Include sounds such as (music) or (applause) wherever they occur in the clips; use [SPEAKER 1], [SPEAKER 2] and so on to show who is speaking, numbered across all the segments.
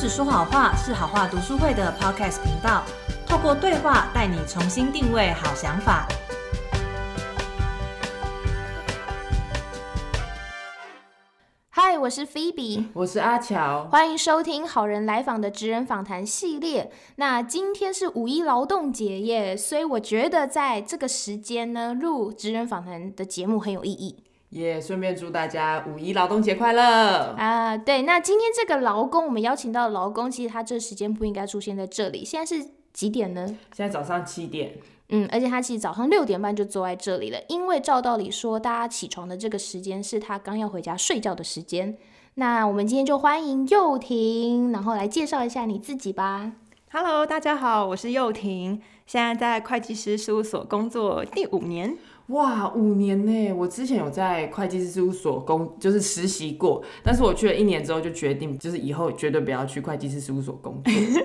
[SPEAKER 1] 只说好话是好话读书会的 Podcast 频道，透过对话带你重新定位好想法。
[SPEAKER 2] 嗨，我是 Phoebe，
[SPEAKER 3] 我是阿乔。
[SPEAKER 2] 欢迎收听《好人来访》的职人访谈系列。那今天是五一劳动节耶，所以我觉得在这个时间呢，录职人访谈的节目很有意义。
[SPEAKER 3] 也顺便祝大家五一劳动节快乐！
[SPEAKER 2] 啊、对，那今天这个劳工，我们邀请到的劳工，其实他这时间不应该出现在这里。现在是几点呢？
[SPEAKER 3] 现在早上七点，
[SPEAKER 2] 嗯，而且他其实早上六点半就坐在这里了，因为照道理说，大家起床的这个时间是他刚要回家睡觉的时间。那我们今天就欢迎佑婷，然后来介绍一下你自己吧。
[SPEAKER 4] Hello，大家好，我是幼婷，现在在会计师事务所工作第五年。
[SPEAKER 3] 哇，五年呢！我之前有在会计师事务所工，就是实习过，但是我去了一年之后就决定，就是以后绝对不要去会计师事务所工作。 (laughs)
[SPEAKER 4] 为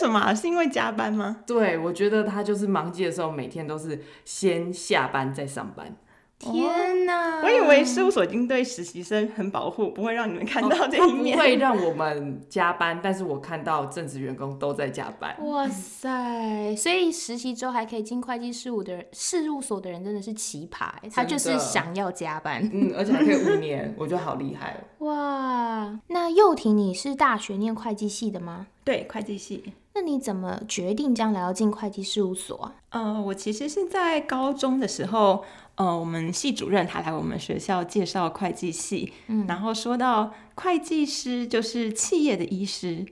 [SPEAKER 4] 什么、啊？是因为加班吗？
[SPEAKER 3] 对，我觉得他就是忙季的时候，每天都是先下班再上班。
[SPEAKER 2] 天
[SPEAKER 3] 呃
[SPEAKER 2] 哪！
[SPEAKER 4] 我以为事务所已经对实习生很保护，不会让你们看到
[SPEAKER 3] 他
[SPEAKER 4] 这一
[SPEAKER 3] 哦不
[SPEAKER 4] 面。
[SPEAKER 3] 会让我们加班，但是我看到正职员工都在加班。
[SPEAKER 2] 哇塞！所以实习之后还可以进会计事务的人，事务所的人真的是奇葩欸，他就
[SPEAKER 3] 真
[SPEAKER 2] 是
[SPEAKER 3] 的
[SPEAKER 2] 想要加班。
[SPEAKER 3] 嗯，而且还可以五年，我觉得好厉害哦。
[SPEAKER 2] 哇，那幼婷，你是大学念会计系的吗？
[SPEAKER 4] 对，会计系。
[SPEAKER 2] 那你怎么决定将来要进会计事务所啊？
[SPEAKER 4] 呃，我其实是在高中的时候，呃，我们系主任他来我们学校介绍会计系，
[SPEAKER 3] 嗯
[SPEAKER 4] 然后说到会计师就是企业的医师，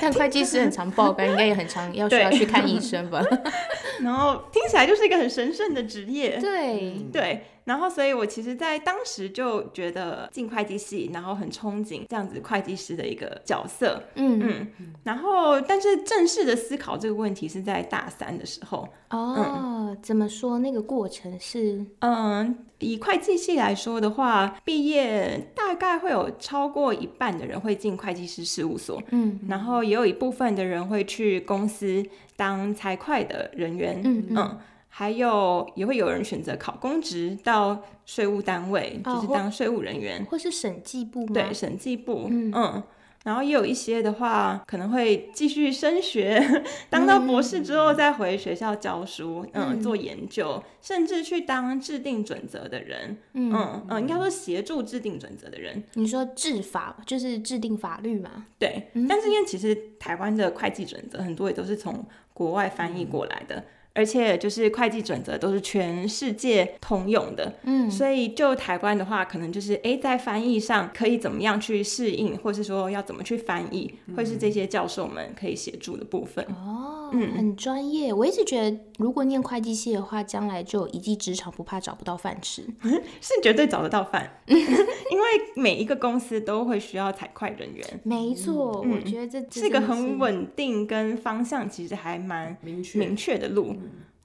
[SPEAKER 2] 但会计师很常爆肝，应该也很常要需
[SPEAKER 4] 对
[SPEAKER 2] 要去看医生吧？
[SPEAKER 4] 然后听起来就是一个很神圣的职
[SPEAKER 2] (laughs)
[SPEAKER 4] 业。
[SPEAKER 2] 对，
[SPEAKER 4] 对，然后所以我其实，在当时就觉得进会计系，然后很憧憬这样子会计师的一个角色。
[SPEAKER 2] 嗯，
[SPEAKER 4] 嗯，然后但是正式的思考这个问题是在大三的时候。
[SPEAKER 2] 哦，怎么说那个过程是
[SPEAKER 4] 嗯，以会计系来说的话，毕业大概会有超过一半的人会进会计师事务所，
[SPEAKER 2] 嗯
[SPEAKER 4] 然后也有一部分的人会去公司当财会的人员。
[SPEAKER 2] 嗯嗯
[SPEAKER 4] 嗯，还有也会有人选择考公职到税务单位，
[SPEAKER 2] 哦
[SPEAKER 4] 就是
[SPEAKER 2] 或
[SPEAKER 4] 当税务人员。
[SPEAKER 2] 或是审计部吗？
[SPEAKER 4] 对，审计部，
[SPEAKER 2] 嗯
[SPEAKER 4] 嗯然后也有一些的话，可能会继续升学，当到博士之后再回学校教书，嗯，
[SPEAKER 2] 嗯
[SPEAKER 4] 做研究，甚至去当制定准则的人，
[SPEAKER 2] 嗯
[SPEAKER 4] 嗯嗯应该说协助制定准则的人，
[SPEAKER 2] 你说制法就是制定法律嘛？
[SPEAKER 4] 对。
[SPEAKER 2] 嗯
[SPEAKER 4] 但是因为其实台湾的会计准则很多也都是从国外翻
[SPEAKER 2] 嗯
[SPEAKER 4] 译过来的。而且就是会计准则都是全世界通用的，
[SPEAKER 2] 嗯
[SPEAKER 4] 所以就台湾的话，可能就是诶，在翻译上可以怎么样去适应，或是说要怎么去翻译，会是这些教授们可以协助的部分。
[SPEAKER 2] 嗯哦，很专业。我一直觉得，如果念会计系的话，将来就有一技之长，不怕找不到饭吃。
[SPEAKER 4] 是绝对找得到饭， (laughs) 因为每一个公司都会需要财会人员，
[SPEAKER 2] 没错，我觉得这这
[SPEAKER 4] 是一个
[SPEAKER 2] 真的
[SPEAKER 4] 很稳定跟方向其实还蛮
[SPEAKER 3] 明确
[SPEAKER 4] 明确的路。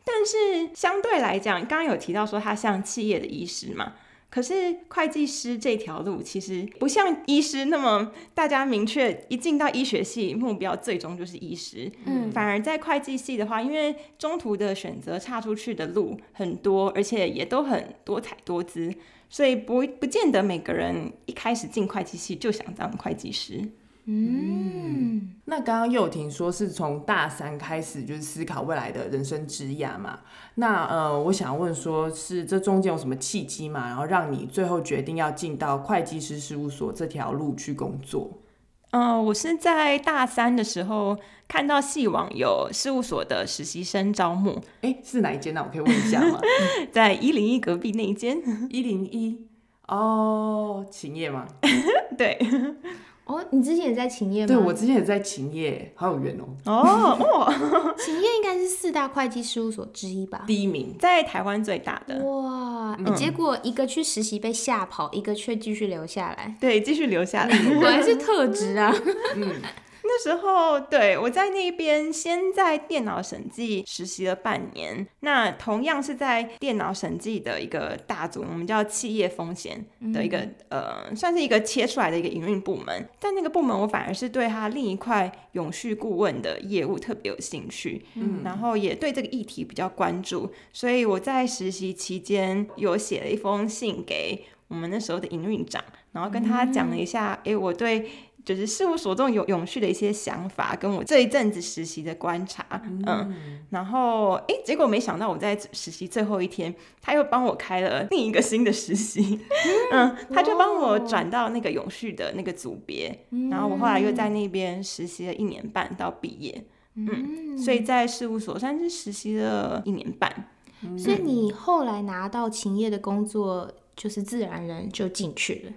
[SPEAKER 4] 但是相对来讲，刚刚有提到说他像企业的医师嘛，可是会计师这条路其实不像医师那么大家明确，一进到医学系目标最终就是医师。
[SPEAKER 2] 嗯
[SPEAKER 4] 反而在会计系的话，因为中途的选择岔出去的路很多，而且也都很多彩多姿。所以不不见得每个人一开始进会计系就想当会计师，
[SPEAKER 2] 嗯，
[SPEAKER 3] 那刚刚又婷说是从大三开始就是思考未来的人生职涯嘛？那呃，我想问说是这中间有什么契机嘛？然后让你最后决定要进到会计师事务所这条路去工作？
[SPEAKER 4] 嗯，我是在大三的时候看到系网有事务所的实习生招募，
[SPEAKER 3] 哎，是哪一间呢、我可以问一下吗？
[SPEAKER 4] 在一零一隔壁那一间。
[SPEAKER 3] 一零一哦，勤业吗？
[SPEAKER 4] 对，
[SPEAKER 2] 哦，你之前也在勤业吗？
[SPEAKER 3] 对，我之前也在勤业，好有缘哦，
[SPEAKER 4] 哦哦，
[SPEAKER 2] 勤业应该是四大会计事务所之一吧？
[SPEAKER 3] 第一名。
[SPEAKER 4] (laughs) 在台湾最大的，
[SPEAKER 2] 哇、欸结果一个去实习被吓跑，一个却继续留下来，
[SPEAKER 4] 对，继续留下 (laughs) 来。
[SPEAKER 2] 果然是特质啊！
[SPEAKER 4] 那时候，对我在那边先在电脑审计实习了半年，那同样是在电脑审计的一个大组，我们叫企业风险的一个、呃，算是一个切出来的一个营运部门。但那个部门，我反而是对它另一块永续顾问的业务特别有兴趣，嗯，然后也对这个议题比较关注，所以我在实习期间有写了一封信给我们那时候的营运长，然后跟他讲了一下，诶，我对就是事务所这种有永续的一些想法，跟我这一阵子实习的观察，嗯，然后诶，结果没想到我在实习最后一天，他又帮我开了另一个新的实习，嗯，他就帮我转到那个永续的那个组别，然后我后来又在那边实习了一年半到毕业，嗯，所以在事务所算是实习了一年半，
[SPEAKER 2] 所以你后来拿到勤业的工作，就是自然而然就进去了。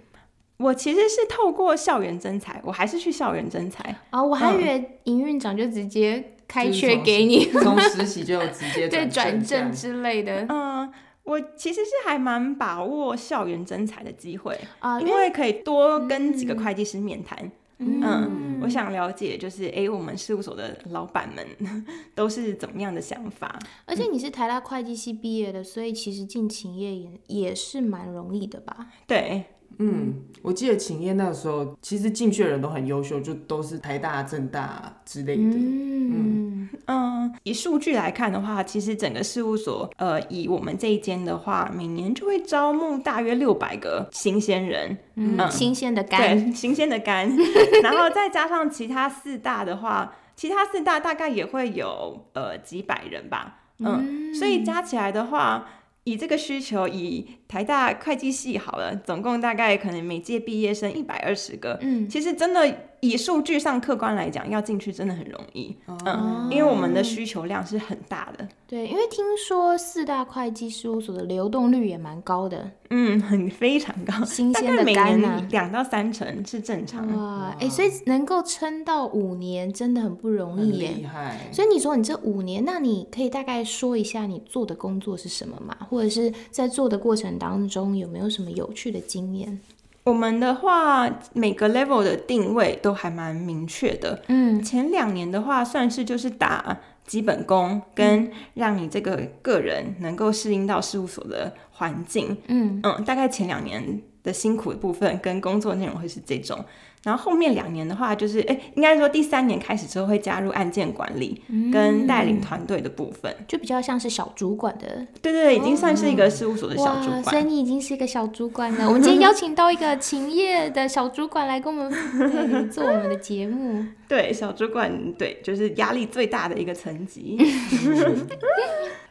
[SPEAKER 4] 我其实是透过校园征才，我还是去校园征才，
[SPEAKER 2] 哦，我还以为营运长就直接开缺给你，
[SPEAKER 3] 就是从实，从实习就直接
[SPEAKER 2] (laughs) 对转
[SPEAKER 3] 这
[SPEAKER 2] 正
[SPEAKER 3] 样
[SPEAKER 2] 之类的
[SPEAKER 4] 嗯，我其实是还蛮把握校园征才的机会，
[SPEAKER 2] 啊，
[SPEAKER 4] 因为可以多跟几个会计师面谈。
[SPEAKER 2] 嗯
[SPEAKER 4] 嗯，我想了解，就是诶，我们事务所的老板们 (laughs) 都是怎么样的想法？
[SPEAKER 2] 而且你是台大会计系毕业的，所以其实进勤业也也是蛮容易的吧？
[SPEAKER 4] 对，
[SPEAKER 3] 嗯，我记得秦业那个时候，其实进去的人都很优秀，就都是台大、政大之类的。
[SPEAKER 2] 嗯，
[SPEAKER 4] 嗯，以数据来看的话，其实整个事务所，呃，以我们这一间的话，每年就会招募大约六百个新鲜人，
[SPEAKER 2] 嗯新鲜的肝，
[SPEAKER 4] 对，新鲜的肝，然后再加上其他四大的话，其他四大大概也会有呃几百人吧，嗯，所以加起来的话，以这个需求，以台大会计系好了，总共大概可能每届毕业生一百二十个，
[SPEAKER 2] 嗯，
[SPEAKER 4] 其实真的以数据上客观来讲，要进去真的很容易，嗯，因为我们的需求量是很大的，
[SPEAKER 2] 对，因为听说四大会计事务所的流动率也蛮高的，
[SPEAKER 4] 嗯，很非常高，
[SPEAKER 2] 新
[SPEAKER 4] 嗯大
[SPEAKER 2] 鲜
[SPEAKER 4] 概
[SPEAKER 2] 的
[SPEAKER 4] 每
[SPEAKER 2] 肝啊呐
[SPEAKER 4] 年嗯两到三成是正常的，
[SPEAKER 2] 哇，哎、所以能够撑到五年真的很不容
[SPEAKER 3] 很
[SPEAKER 2] 易耶。
[SPEAKER 3] 厉害，
[SPEAKER 2] 所以你说你这五年，那你可以大概说一下你做的工作是什么吗？或者是在做的过程当中有没有什么有趣的经验？
[SPEAKER 4] 我们的话，每个 level 的定位都还蛮明确的。
[SPEAKER 2] 嗯
[SPEAKER 4] 前两年的话，算是就是打基本功，跟让你这个个人能够适应到事务所的环境。
[SPEAKER 2] 嗯
[SPEAKER 4] 嗯，大概前两年的辛苦的部分跟工作内容会是这种。然后后面两年的话，就是哎，应该说第三年开始之后会加入案件管理
[SPEAKER 2] 嗯
[SPEAKER 4] 跟带领团队的部分。
[SPEAKER 2] 就比较像是小主管的
[SPEAKER 4] 对对对，已经算是一个事务所的小主
[SPEAKER 2] 哇，
[SPEAKER 4] 管。
[SPEAKER 2] 所以你已经是一个小主管了。我 (laughs) 们今天邀请到一个勤业的小主管来跟我们对做我们的节
[SPEAKER 4] (laughs)
[SPEAKER 2] 目。
[SPEAKER 4] 对，小主管对，就是压力最大的一个层级。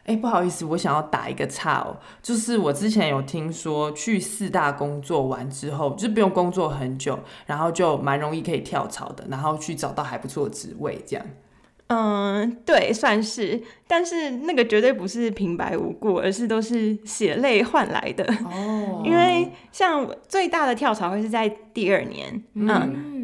[SPEAKER 3] 哎、不好意思，我想要打一个岔哦，就是我之前有听说，去四大工作完之后，就是不用工作很久，然后就蛮容易可以跳槽的，然后去找到还不错的职位，这样。
[SPEAKER 4] 嗯，对，算是，但是那个绝对不是平白无故，而是都是血泪换来的。
[SPEAKER 3] 哦
[SPEAKER 4] 因为像我最大的跳槽会是在第二年，嗯，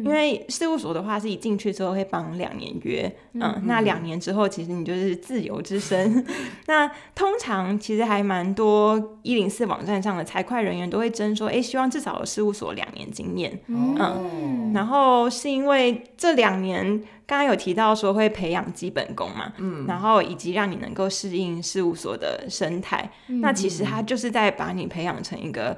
[SPEAKER 3] (laughs)
[SPEAKER 4] 因为事务所的话是一进去之后会绑两年约，嗯，那两年之后其实你就是自由之身。 (laughs) 那通常其实还蛮多一零四网站上的财会人员都会征说，哎，希望至少有事务所两年经验，
[SPEAKER 2] 嗯
[SPEAKER 4] 然后是因为这两年刚刚有提到说会培养基本功嘛，嗯，然后以及让你能够适应事务所的生态，那其实它就是在把你培养成一个。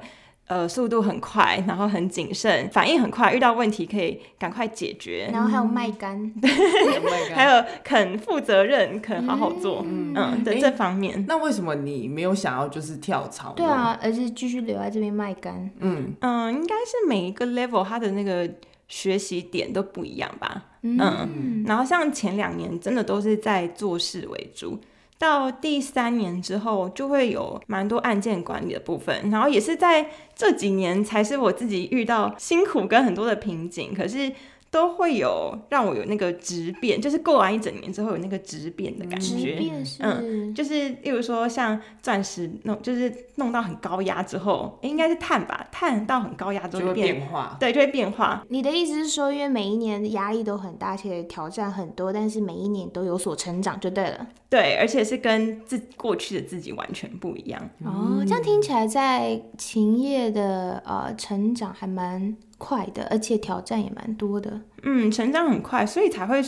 [SPEAKER 4] 呃，速度很快，然后很谨慎，反应很快，遇到问题可以赶快解决，
[SPEAKER 2] 然后还有卖干，
[SPEAKER 4] 嗯还有肯负责任、肯好好做，嗯的
[SPEAKER 3] 诶
[SPEAKER 4] 这方面。
[SPEAKER 3] 那为什么你没有想要就是跳槽？
[SPEAKER 2] 对，啊，而是继续留在这边卖干。
[SPEAKER 3] 嗯，
[SPEAKER 4] 嗯，应该是每一个 level 它的那个学习点都不一样吧。嗯，然后像前两年真的都是在做事为主，到第三年之后就会有蛮多案件管理的部分，然后也是在这几年才是我自己遇到辛苦跟很多的瓶颈，可是。都会有让我有那个质变，就是过完一整年之后有那个质变的感
[SPEAKER 2] 直
[SPEAKER 4] 觉。
[SPEAKER 2] 变是、
[SPEAKER 4] 就是例如说像钻石弄，就是弄到很高压之后，诶应该是碳吧，碳到很高压
[SPEAKER 3] 就
[SPEAKER 4] 之后
[SPEAKER 3] 会
[SPEAKER 4] 就变，
[SPEAKER 3] 变化。
[SPEAKER 4] 对，就会变化。
[SPEAKER 2] 你的意思是说，因为每一年的压力都很大，而且挑战很多，但是每一年都有所成长就对了。
[SPEAKER 4] 对，而且是跟自过去的自己完全不一样。
[SPEAKER 2] 哦，这样听起来在勤业的呃成长还蛮快的，而且挑战也蛮多的。
[SPEAKER 4] 嗯，成长很快，所以才会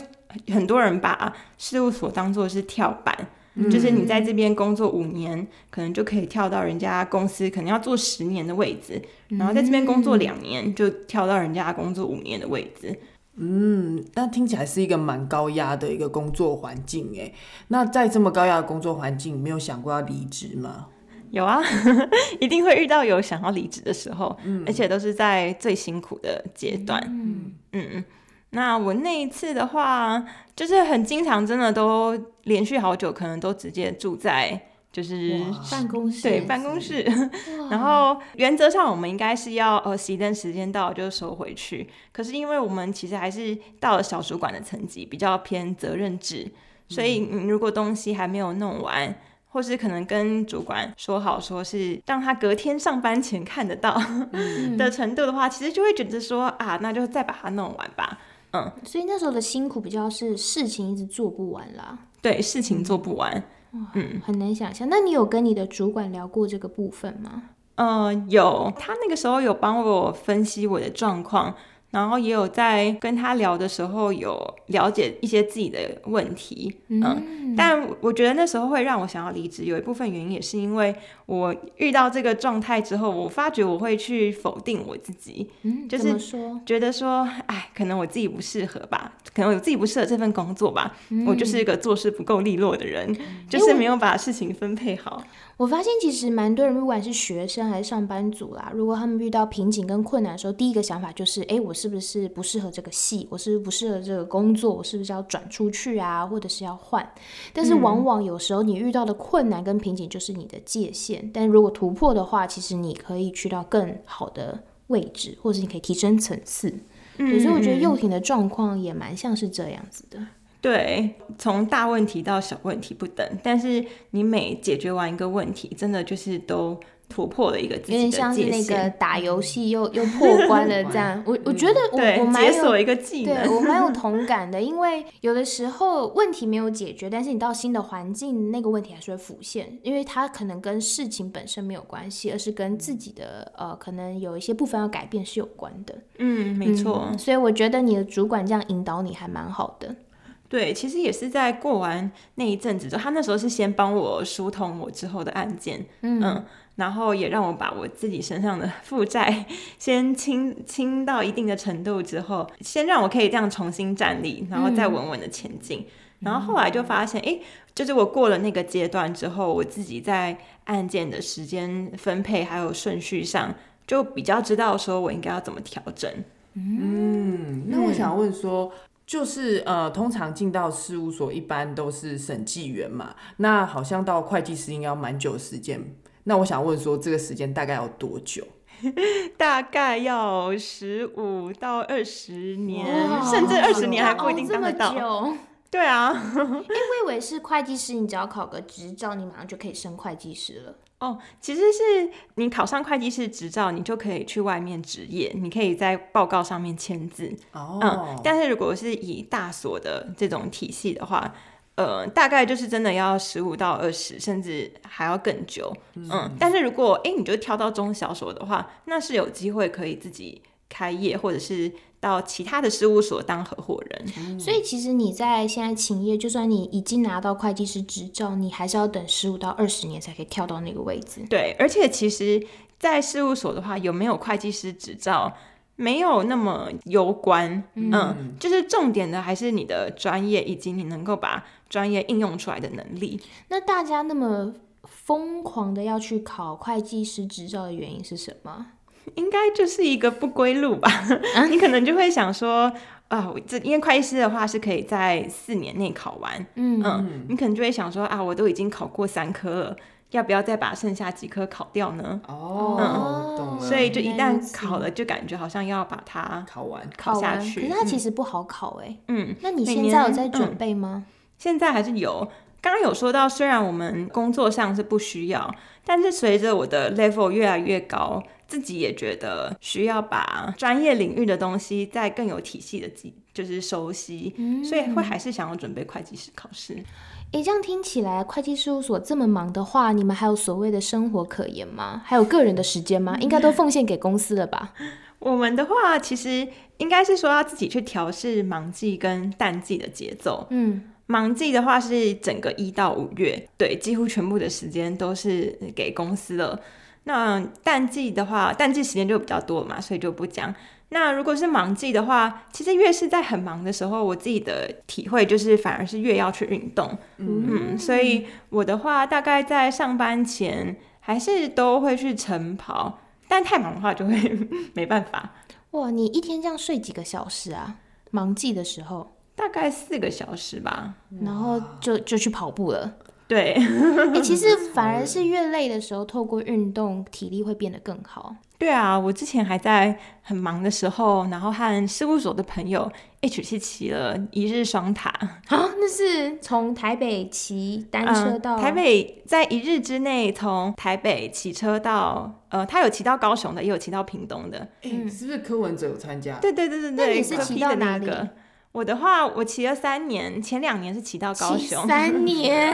[SPEAKER 4] 很多人把事务所当做是跳板。
[SPEAKER 3] 嗯
[SPEAKER 4] 就是你在这边工作五年，可能就可以跳到人家公司可能要做十年的位置，然后在这边工作两年，就跳到人家工作五年的位置。
[SPEAKER 3] 嗯，但听起来是一个蛮高压的一个工作环境哎。那在这么高压的工作环境，没有想过要离职吗？
[SPEAKER 4] 有啊， (laughs) 一定会遇到有想要离职的时候，而且都是在最辛苦的阶段。
[SPEAKER 2] 嗯，
[SPEAKER 4] 嗯嗯，那我那一次的话，就是很经常，真的都连续好久，可能都直接住在就是
[SPEAKER 3] 哇
[SPEAKER 2] 办公室
[SPEAKER 4] 对办公室，
[SPEAKER 2] 哇
[SPEAKER 4] 然后原则上我们应该是要呃熄灯时间到就收回去，可是因为我们其实还是到了小主管的层级，比较偏责任制，所以
[SPEAKER 2] 嗯
[SPEAKER 4] 你如果东西还没有弄完。或是可能跟主管说好，说是让他隔天上班前看得到
[SPEAKER 2] 嗯
[SPEAKER 4] 的程度的话，其实就会觉得说啊，那就再把它弄完吧。
[SPEAKER 2] 所以那时候的辛苦比较是事情一直做不完啦，
[SPEAKER 4] 对，事情做不完。嗯
[SPEAKER 2] 很难想象。那你有跟你的主管聊过这个部分吗？
[SPEAKER 4] 呃，有他那个时候有帮我分析我的状况，然后也有在跟他聊的时候有了解一些自己的问题。
[SPEAKER 2] 嗯，
[SPEAKER 4] 但我觉得那时候会让我想要离职，有一部分原因也是因为我遇到这个状态之后，我发觉我会去否定我自己，
[SPEAKER 2] 嗯
[SPEAKER 4] 就
[SPEAKER 2] 怎
[SPEAKER 4] 是
[SPEAKER 2] 么说，
[SPEAKER 4] 觉得说，哎，可能我自己不适合吧，可能我自己不适合这份工作吧，我就是一个做事不够利落的人，就是没有把事情分配好。
[SPEAKER 2] 我发现其实蛮多人，不管是学生还是上班族啦，如果他们遇到瓶颈跟困难的时候，第一个想法就是，哎，我是不是不适合这个系？我是不是不适合这个工作？我是不是要转出去啊？或者是要换？但
[SPEAKER 4] 嗯
[SPEAKER 2] 是往往有时候你遇到的困难跟瓶颈就是你的界限，但如果突破的话，其实你可以去到更好的位置，或者你可以提升层次。
[SPEAKER 4] 嗯
[SPEAKER 2] 对，所以我觉得幼婷的状况也蛮像是这样子的。
[SPEAKER 4] 对，从大问题到小问题不等，但是你每解决完一个问题，真的就是都突破了一个自
[SPEAKER 2] 有点
[SPEAKER 4] 己的
[SPEAKER 2] 像是
[SPEAKER 4] 界
[SPEAKER 2] 那个
[SPEAKER 4] 限，嗯
[SPEAKER 2] 打游戏又又破关了这样，我我觉得我我
[SPEAKER 4] 对，
[SPEAKER 2] 蛮
[SPEAKER 4] 解
[SPEAKER 2] 有
[SPEAKER 4] 锁一个技
[SPEAKER 2] 对
[SPEAKER 4] 能。
[SPEAKER 2] 我蛮 (laughs) 有同感的，因为有的时候问题没有解决，但是你到新的环境，那个问题还是会浮现，因为它可能跟事情本身没有关系，而是跟自己的呃，可能有一些部分要改变是有关的。
[SPEAKER 4] 嗯，没错，
[SPEAKER 2] 嗯所以我觉得你的主管这样引导你还蛮好的。
[SPEAKER 4] 对，其实也是在过完那一阵子之后，他那时候是先帮我疏通我之后的案件，嗯然后也让我把我自己身上的 (laughs) 负债先清清到一定的程度之后，先让我可以这样重新站立，然后再稳稳的前进。然后后来就发现，哎，就是我过了那个阶段之后，我自己在案件的时间分配还有顺序上，就比较知道说我应该要怎么调整。
[SPEAKER 3] 嗯，那我想问说，就是呃，通常进到事务所一般都是审计员嘛，那好像到会计师应该要蛮久的时间。那我想问说，这个时间大概要多久？
[SPEAKER 4] 大概要十五到二十年
[SPEAKER 2] (laughs) 哇，
[SPEAKER 4] (laughs) 甚至二十年还
[SPEAKER 2] 哇
[SPEAKER 4] 不一定
[SPEAKER 2] 哦这
[SPEAKER 4] 当
[SPEAKER 2] 么
[SPEAKER 4] 得
[SPEAKER 2] 久，(laughs)
[SPEAKER 4] 到。
[SPEAKER 2] 因
[SPEAKER 4] 对啊，
[SPEAKER 2] 为哎我以为是会计师，你只要考个执照，你马上就可以升会计师了。
[SPEAKER 4] 哦，其实是你考上会计师执照，你就可以去外面执业，你可以在报告上面签字。嗯
[SPEAKER 3] 哦，，
[SPEAKER 4] 但是如果是以大所的这种体系的话，呃，大概就是真的要十五到二十，甚至还要更久。嗯，但是如果哎、诶你就挑到中小所的话，那是有机会可以自己开业，或者是到其他的事务所当合伙人。
[SPEAKER 2] 所以其实你在现在勤业，就算你已经拿到会计师执照，你还是要等十五到二十年才可以跳到那个位置。
[SPEAKER 4] 对，而且其实，在事务所的话，有没有会计师执照，没有那么攸关。嗯就是重点的还是你的专业，以及你能够把专业应用出来的能力。
[SPEAKER 2] 那大家那么疯狂的要去考会计师执照的原因是什么？
[SPEAKER 4] 应该就是一个不归路吧？
[SPEAKER 2] 嗯
[SPEAKER 4] (laughs) 你可能就会想说。啊，我这因为会计师的话是可以在四年内考完，
[SPEAKER 2] 嗯
[SPEAKER 4] 嗯，你可能就会想说啊，我都已经考过三科了，要不要再把剩下几科考掉呢？
[SPEAKER 2] 嗯
[SPEAKER 3] 哦，懂了。
[SPEAKER 4] 所以就一
[SPEAKER 2] 原来如
[SPEAKER 4] 旦
[SPEAKER 2] 此
[SPEAKER 4] 考了，就感觉好像要把它
[SPEAKER 3] 考完，
[SPEAKER 4] 考下
[SPEAKER 2] 完，
[SPEAKER 4] 去。
[SPEAKER 2] 可是它其实不好考哎、
[SPEAKER 4] 嗯，
[SPEAKER 2] 那你
[SPEAKER 4] 每
[SPEAKER 2] 现
[SPEAKER 4] 年
[SPEAKER 2] 在有在准
[SPEAKER 4] 嗯
[SPEAKER 2] 备吗？
[SPEAKER 4] 现在还是有。刚刚有说到，虽然我们工作上是不需要，但是随着我的 level 越来越高，自己也觉得需要把专业领域的东西再更有体系的记，就是熟悉，所以会还是想要准备会计师考试。
[SPEAKER 2] 诶，这样听起来，会计事务所这么忙的话，你们还有所谓的生活可言吗？还有个人的时间吗？应该都奉献给公司了吧？
[SPEAKER 4] 我们的话，其实应该是说要自己去调试忙季跟淡季的节奏。
[SPEAKER 2] 嗯，
[SPEAKER 4] 忙季的话是整个一到五月，对，几乎全部的时间都是给公司了。那淡季的话，淡季时间就比较多嘛，所以就不讲。那如果是忙季的话，其实越是在很忙的时候，我自己的体会就是，反而是越要去运动。嗯，所以我的话，大概在上班前，还是都会去晨跑，但太忙的话就会 (laughs) 没办法，
[SPEAKER 2] 哇，你一天这样睡几个小时啊？忙季的时候，
[SPEAKER 4] 大概四个小时吧。
[SPEAKER 2] 然后就就去跑步了。
[SPEAKER 4] 对，
[SPEAKER 2] 哎、其 (laughs) 实反而是越累的时候，透过运动，体力会变得更好。
[SPEAKER 4] 对啊，我之前还在很忙的时候，然后和事务所的朋友一起去骑了一日双塔，
[SPEAKER 2] 啊，那是从台北骑单车
[SPEAKER 4] 嗯
[SPEAKER 2] 到、
[SPEAKER 4] 台，北，在一日之内从台北骑车到呃，他有骑到高雄的，也有骑到屏东的。
[SPEAKER 2] 嗯
[SPEAKER 3] 哎、是不是柯文哲有参加？
[SPEAKER 4] 对对对对
[SPEAKER 2] 那
[SPEAKER 4] 对，
[SPEAKER 2] 你是
[SPEAKER 4] 隔
[SPEAKER 2] 骑
[SPEAKER 4] 壁
[SPEAKER 2] 到
[SPEAKER 4] 的
[SPEAKER 2] 哪
[SPEAKER 4] 那
[SPEAKER 2] 里
[SPEAKER 4] 个我的话，我骑了三年，前两年是骑到高
[SPEAKER 2] 骑
[SPEAKER 4] 雄，
[SPEAKER 2] (laughs) 三年，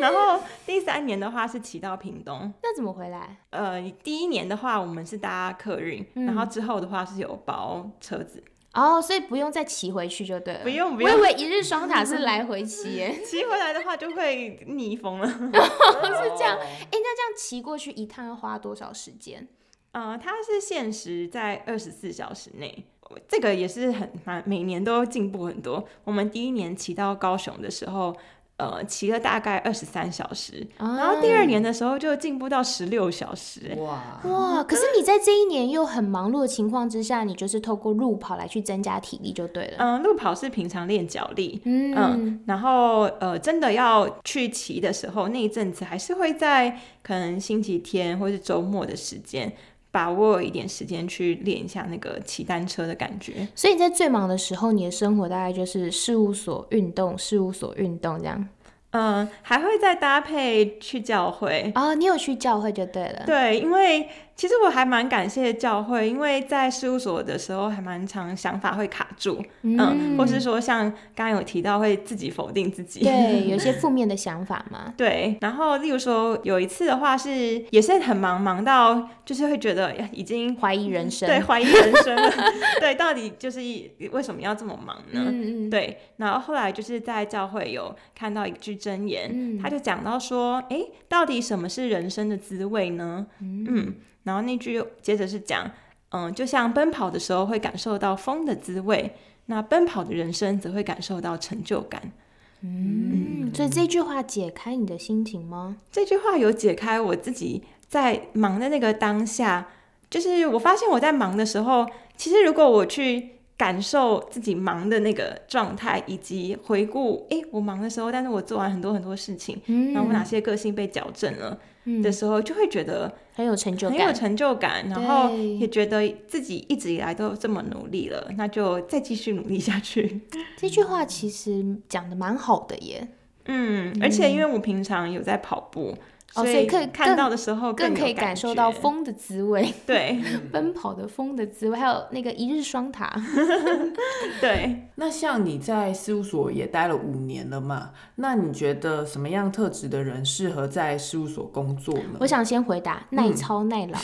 [SPEAKER 4] 然后第三年的话是骑到屏东。
[SPEAKER 2] 那怎么回来？
[SPEAKER 4] 呃，第一年的话我们是搭客运，然
[SPEAKER 2] 嗯
[SPEAKER 4] 后之后的话是有包车子，
[SPEAKER 2] 哦，所以不用再骑回去就对了。
[SPEAKER 4] 不用不
[SPEAKER 2] 我
[SPEAKER 4] 用
[SPEAKER 2] 以为一日双塔是来回骑耶， (laughs)
[SPEAKER 4] 骑回来的话就会逆风了。
[SPEAKER 2] 是这样。哎、那这样骑过去一趟要花多少时间？
[SPEAKER 4] 呃，它是限时在二十四小时内，这个也是很蛮每年都进步很多。我们第一年骑到高雄的时候，呃，骑了大概二十三小时，
[SPEAKER 2] 啊
[SPEAKER 4] 然后第二年的时候就进步到十六小时、欸
[SPEAKER 3] 哦哇，
[SPEAKER 2] 哦哇！可是你在这一年又很忙碌的情况之下，你就是透过路跑来去增加体力就对了。
[SPEAKER 4] 嗯、路跑是平常练脚力，
[SPEAKER 2] 嗯，
[SPEAKER 4] 嗯，然后呃，真的要去骑的时候，那一阵子还是会在可能星期天或是周末的时间，把握一点时间去练一下那个骑单车的感觉。
[SPEAKER 2] 所以你在最忙的时候，你的生活大概就是事务所运动、事务所运动这样。
[SPEAKER 4] 嗯、还会再搭配去教会。
[SPEAKER 2] 哦，你有去教会就对了。
[SPEAKER 4] 对，因为其实我还蛮感谢教会，因为在事务所的时候还蛮常想法会卡住，嗯，或是说像刚刚有提到会自己否定自己，
[SPEAKER 2] 对，有一些负面的想法嘛。
[SPEAKER 4] 对，然后例如说有一次的话是也是很忙，忙到就是会觉得已经
[SPEAKER 2] 怀疑人生。
[SPEAKER 4] 对怀疑人生了， (laughs) 对，到底就是为什么要这么忙呢？
[SPEAKER 2] 嗯嗯，
[SPEAKER 4] 对，然后后来就是在教会有看到一句箴言，他就讲到说，哎，到底什么是人生的滋味呢？嗯然后那句接着是讲，嗯，就像奔跑的时候会感受到风的滋味，那奔跑的人生则会感受到成就感。
[SPEAKER 2] 嗯，所以这句话解开你的心情吗？
[SPEAKER 4] 这句话有解开我自己在忙的那个当下，就是我发现我在忙的时候，其实如果我去感受自己忙的那个状态，以及回顾，诶，我忙的时候，但是我做完很多很多事情，
[SPEAKER 2] 嗯
[SPEAKER 4] 然后我哪些个性被矫正了
[SPEAKER 2] 嗯
[SPEAKER 4] 的时候，就会觉得
[SPEAKER 2] 很有成就
[SPEAKER 4] 很有
[SPEAKER 2] 感。
[SPEAKER 4] 成就感，然后
[SPEAKER 2] 对
[SPEAKER 4] 也觉得自己一直以来都这么努力了，那就再继续努力下去。 (laughs)
[SPEAKER 2] 这句话其实讲的蛮好的耶，
[SPEAKER 4] 嗯，而且因为我平常有在跑步。
[SPEAKER 2] 哦所以
[SPEAKER 4] 以
[SPEAKER 2] 可以
[SPEAKER 4] 看
[SPEAKER 2] 更
[SPEAKER 4] 到的时候
[SPEAKER 2] 更
[SPEAKER 4] 有
[SPEAKER 2] 可以感受到
[SPEAKER 4] 觉
[SPEAKER 2] 风的滋味， (laughs)
[SPEAKER 4] 对
[SPEAKER 2] 奔跑的风的滋味，还有那个一日双塔。
[SPEAKER 4] 对，
[SPEAKER 3] 那像你在事务所也待了五年了嘛？那你觉得什么样特质的人适合在事务所工作呢
[SPEAKER 2] 我？想先回答
[SPEAKER 4] 嗯
[SPEAKER 2] 耐操耐
[SPEAKER 4] (laughs)
[SPEAKER 2] 劳，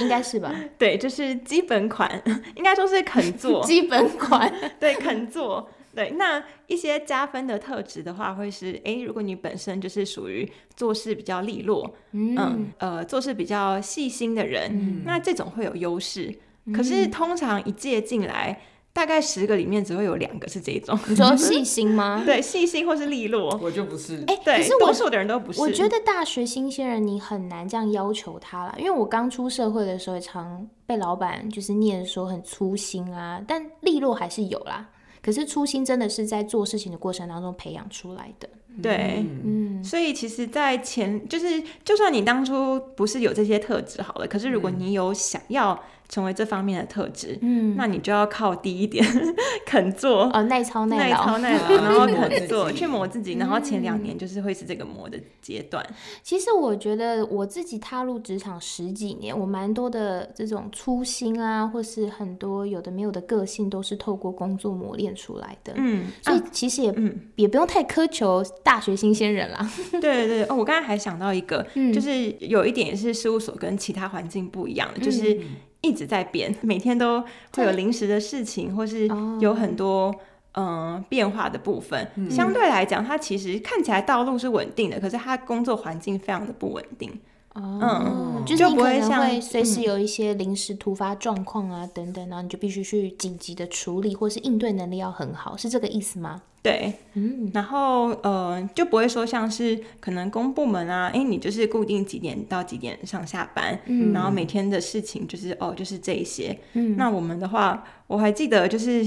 [SPEAKER 2] 应该是吧？
[SPEAKER 4] 对，就是基本款，应该说是肯做，
[SPEAKER 2] 基本款。
[SPEAKER 4] 对，肯做。对，那一些加分的特质的话，会是，诶，如果你本身就是属于做事比较利落， (laughs) 嗯
[SPEAKER 2] 嗯，
[SPEAKER 4] 呃，做事比较细心的人，那这种会有优势。
[SPEAKER 2] 嗯
[SPEAKER 4] 可是通常一届进来，大概十个里面只会有两个是这种，
[SPEAKER 2] 你说细心吗？
[SPEAKER 4] 对，细心或是利落。
[SPEAKER 3] 我就不是，
[SPEAKER 2] 哎、可
[SPEAKER 4] 对，
[SPEAKER 2] 是
[SPEAKER 4] 多
[SPEAKER 2] 我
[SPEAKER 4] 数的人都不是。
[SPEAKER 2] 我觉得大学新鲜人你很难这样要求他啦，因为我刚出社会的时候也常被老板就是念说很粗心啊，但利落还是有啦。可是粗心真的是在做事情的过程当中培养出来的。
[SPEAKER 4] 对，
[SPEAKER 2] 嗯，
[SPEAKER 4] 所以其实，在前就是，就算你当初不是有这些特质好了，可是如果你有想要成为这方面的特质，
[SPEAKER 2] 嗯
[SPEAKER 4] 那你就要靠第一点 (laughs) 肯做、
[SPEAKER 2] 哦，耐操耐
[SPEAKER 4] 耐
[SPEAKER 2] 劳。
[SPEAKER 4] 操耐劳，
[SPEAKER 3] 啊
[SPEAKER 4] 然后
[SPEAKER 3] 去磨自
[SPEAKER 4] 肯做，
[SPEAKER 3] 己
[SPEAKER 4] 去磨自己，然后前两年就是会是这个磨的阶段。
[SPEAKER 2] 其实我觉得我自己踏入职场十几年，我蛮多的这种粗心啊，或是很多有的没有的个性，都是透过工作磨练出来的。
[SPEAKER 4] 嗯，
[SPEAKER 2] 所以
[SPEAKER 4] 啊
[SPEAKER 2] 其实也、
[SPEAKER 4] 嗯
[SPEAKER 2] 也不用太苛求大学新鲜人啦。
[SPEAKER 4] 对对对，哦，我刚才还想到一个，
[SPEAKER 2] 嗯
[SPEAKER 4] 就是有一点也是事务所跟其他环境不一样的，就是一直在变， (laughs) 每天都会有临时的事情，或是
[SPEAKER 2] 哦
[SPEAKER 4] 有很多。嗯，变化的部分、相对来讲，它其实看起来道路是稳定的，可是它工作环境非常的不稳定。
[SPEAKER 2] 哦，就是
[SPEAKER 4] 嗯就
[SPEAKER 2] 你
[SPEAKER 4] 不
[SPEAKER 2] 可
[SPEAKER 4] 会
[SPEAKER 2] 能
[SPEAKER 4] 像嗯
[SPEAKER 2] 会随时有一些临时突发状况啊、等等，然后你就必须去紧急的处理，或是应对能力要很好，是这个意思吗？
[SPEAKER 4] 对，
[SPEAKER 2] 嗯，
[SPEAKER 4] 然后呃，就不会说像是可能公部门啊，哎，你就是固定几点到几点上下班，
[SPEAKER 2] 嗯
[SPEAKER 4] 然后每天的事情就是哦，就是这一些。
[SPEAKER 2] 嗯
[SPEAKER 4] 那我们的话，我还记得就是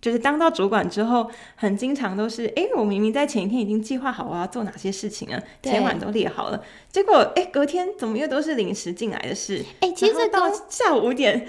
[SPEAKER 4] 就是当到主管之后，很经常都是，哎，我明明在前一天已经计划好我要做哪些事情了，
[SPEAKER 2] 对
[SPEAKER 4] 前晚都列好了，结果哎，隔天怎么又都是临时进来的事？
[SPEAKER 2] 哎、其实
[SPEAKER 4] 然后
[SPEAKER 2] 这
[SPEAKER 4] 到
[SPEAKER 2] 跟嗯
[SPEAKER 4] 下午五点，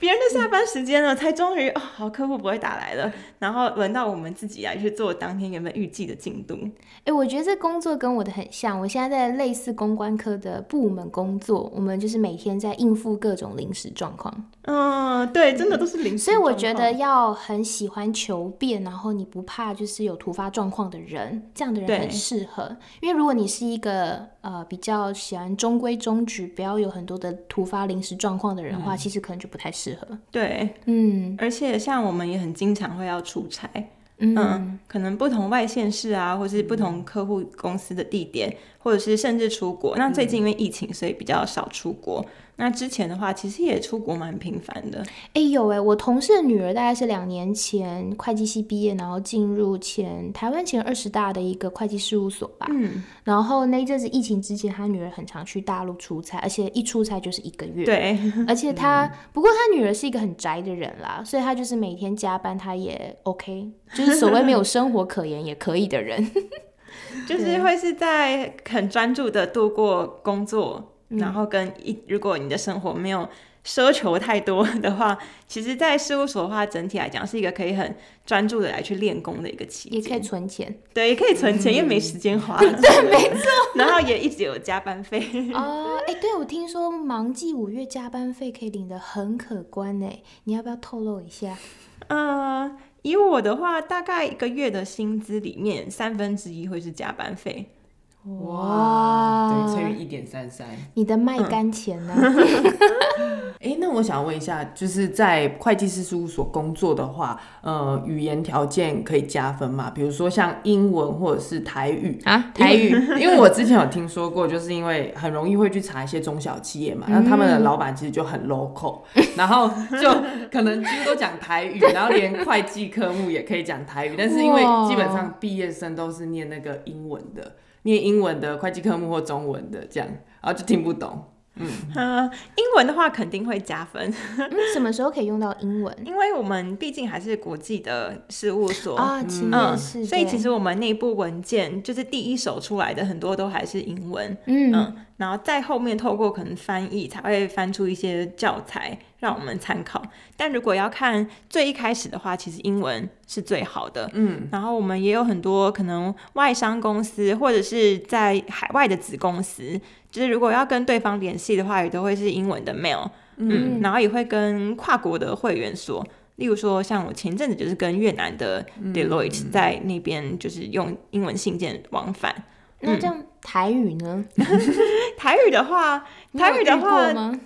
[SPEAKER 4] 别人都下班时间了，才终于哦，好客户不会打来了，然后轮到我们自己来啊去做当天原本预计的进度。
[SPEAKER 2] 哎、我觉得这工作跟我的很像。我现在在类似公关科的部门工作，我们就是每天在应付各种临时状况，
[SPEAKER 4] 嗯，对，真的都是临时
[SPEAKER 2] 所以我觉
[SPEAKER 4] 状
[SPEAKER 2] 得
[SPEAKER 4] 况
[SPEAKER 2] 要很喜欢求变，然后你不怕就是有突发状况的人，这样的人
[SPEAKER 4] 对
[SPEAKER 2] 很适合。因为如果你是一个呃比较喜欢中规中矩，不要有很多的突发临时状况的人的
[SPEAKER 4] 嗯
[SPEAKER 2] 话，其实可能就不太适合。
[SPEAKER 4] 对，
[SPEAKER 2] 嗯
[SPEAKER 4] 而且像我们也很经常会要出差，
[SPEAKER 2] 嗯
[SPEAKER 4] 嗯，可能不同外县市啊，或是不同客户公司的地点，或者是甚至出国。那最
[SPEAKER 2] 嗯
[SPEAKER 4] 近因为疫情，所以比较少出国。那之前的话，其实也出国蛮频繁的。
[SPEAKER 2] 哎、有哎、我同事的女儿大概是两年前会计系毕业，然后进入前台湾前二十大的一个会计事务所吧。
[SPEAKER 4] 嗯，
[SPEAKER 2] 然后那一阵子疫情之前，她女儿很常去大陆出差，而且一出差就是一个月。，
[SPEAKER 4] 对，
[SPEAKER 2] 而且她、不过她女儿是一个很宅的人啦，所以她就是每天加班，她也 OK，就是所谓没有生活可言也可以的
[SPEAKER 4] (laughs)
[SPEAKER 2] 人。
[SPEAKER 4] 就是会是在很专注的度过工作，
[SPEAKER 2] 嗯
[SPEAKER 4] 然后跟一如果你的生活没有奢求太多的话，其实，在事务所的话，整体来讲是一个可以很专注的来去练功的一个期
[SPEAKER 2] 也可以
[SPEAKER 4] 间，
[SPEAKER 2] 存
[SPEAKER 4] (laughs)
[SPEAKER 2] 嗯钱
[SPEAKER 4] 对，也可以存钱，因为没时间花，
[SPEAKER 2] (laughs)
[SPEAKER 4] 对，没错， (laughs) 然后也一直有加班费，
[SPEAKER 2] 哦，哎、对，我听说忙季五月加班费可以领得很可观哎，你要不要透露一下？
[SPEAKER 4] 嗯、以我的话，大概一个月的薪资里面，三分之一会是加班费，啊
[SPEAKER 2] 哇
[SPEAKER 3] 对，乘以一点三三。
[SPEAKER 2] 你的卖
[SPEAKER 4] 嗯
[SPEAKER 2] 干钱
[SPEAKER 4] (laughs)
[SPEAKER 2] 呢、
[SPEAKER 3] 哎，那我想问一下，就是在会计师事务所工作的话，呃，语言条件可以加分吗？比如说像英文或者是台语
[SPEAKER 2] 啊
[SPEAKER 3] 因为因为我之前有听说过，就是因为很容易会去查一些中小企业嘛，那他们的老板其实就很 local，然后就可能几乎都讲台语，然后连会计科目也可以讲台语，但是因为基本上毕业生都是念那个英文的，念英文的会计科目或中文的这样，然后就听不懂。
[SPEAKER 4] 嗯、英文的话肯定会加分，
[SPEAKER 2] 嗯，什么时候可以用到英文
[SPEAKER 4] 因为我们毕竟还是国际的事务所
[SPEAKER 2] 啊？情面
[SPEAKER 4] 哦嗯，
[SPEAKER 2] 试、
[SPEAKER 4] 所以其
[SPEAKER 2] 对
[SPEAKER 4] 实我们内部文件就是第一手出来的很多都还是英文，
[SPEAKER 2] 嗯
[SPEAKER 4] 嗯，然后在后面透过可能翻译才会翻出一些教材让我们参考。但如果要看最一开始的话，其实英文是最好的。
[SPEAKER 3] 嗯，
[SPEAKER 4] 然后我们也有很多可能外商公司或者是在海外的子公司，就是如果要跟对方联系的话，也都会是英文的 mail，嗯，然后也会跟跨国的会员说。例如说，像我前阵子就是跟越南的
[SPEAKER 2] 嗯
[SPEAKER 4] Deloitte 在那边，就是用英文信件往返。
[SPEAKER 2] 那
[SPEAKER 4] 嗯
[SPEAKER 2] 这样台语呢？
[SPEAKER 4] 台语的话，
[SPEAKER 2] 你
[SPEAKER 4] 台
[SPEAKER 2] 有
[SPEAKER 4] 语的
[SPEAKER 2] 遇过
[SPEAKER 4] 话
[SPEAKER 2] 吗？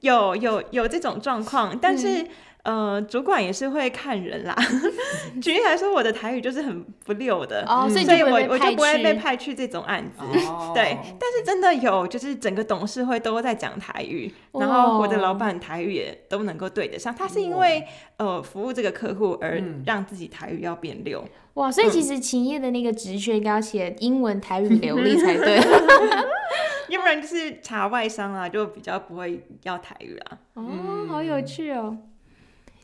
[SPEAKER 4] 有有有这种状况，但是、
[SPEAKER 2] 嗯
[SPEAKER 4] 呃，主管也是会看人啦。 (laughs) 举例来说，我的台语就是很不
[SPEAKER 2] (laughs)
[SPEAKER 4] 溜的，
[SPEAKER 2] 哦，所以
[SPEAKER 4] 嗯所以
[SPEAKER 2] 就
[SPEAKER 4] 我
[SPEAKER 2] 会
[SPEAKER 4] 我就不会被
[SPEAKER 2] 派去。
[SPEAKER 4] 派去这种案子。
[SPEAKER 3] 哦
[SPEAKER 4] (laughs) (laughs) 对，但是真的有，就是整个董事会都在讲台语，然后我的老板台语也都能够对得上。他是因为、呃服务这个客户而让自己台语要变溜。
[SPEAKER 2] 哇，所以其实勤业的那个职缺应该要写英文、台语流利才对。
[SPEAKER 4] 要不然就是查外商啦，就比较不会要台语啊啦。
[SPEAKER 2] 哦，好有趣哦。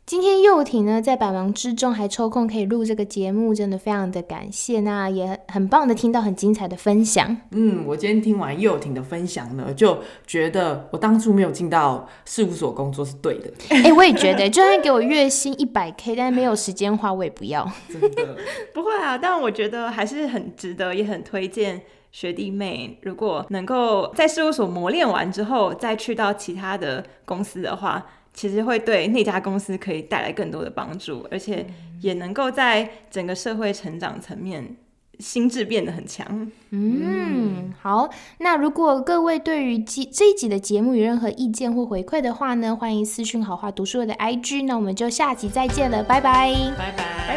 [SPEAKER 2] 今天幼婷呢，在百忙之中还抽空可以录这个节目，真的非常的感谢。那也很棒的听到很精彩的分享。
[SPEAKER 3] 嗯，我今天听完佑婷的分享呢，就觉得我当初没有进到事务所工作是对的，
[SPEAKER 2] 哎、我也觉得，就算给我月薪一百 K，但是没有时间花，我也不要。
[SPEAKER 3] 真的。
[SPEAKER 4] (laughs) 不会啊，但我觉得还是很值得，也很推荐学弟妹，如果能够在事务所磨练完之后，再去到其他的公司的话，其实会对那家公司可以带来更多的帮助，而且也能够在整个社会成长层面。心智变得很强，
[SPEAKER 2] 嗯，好。那如果各位对于这这一集的节目有任何意见或回馈的话呢，欢迎私讯好话读书会的 IG。那我们就下集再见了，拜拜。
[SPEAKER 4] 拜拜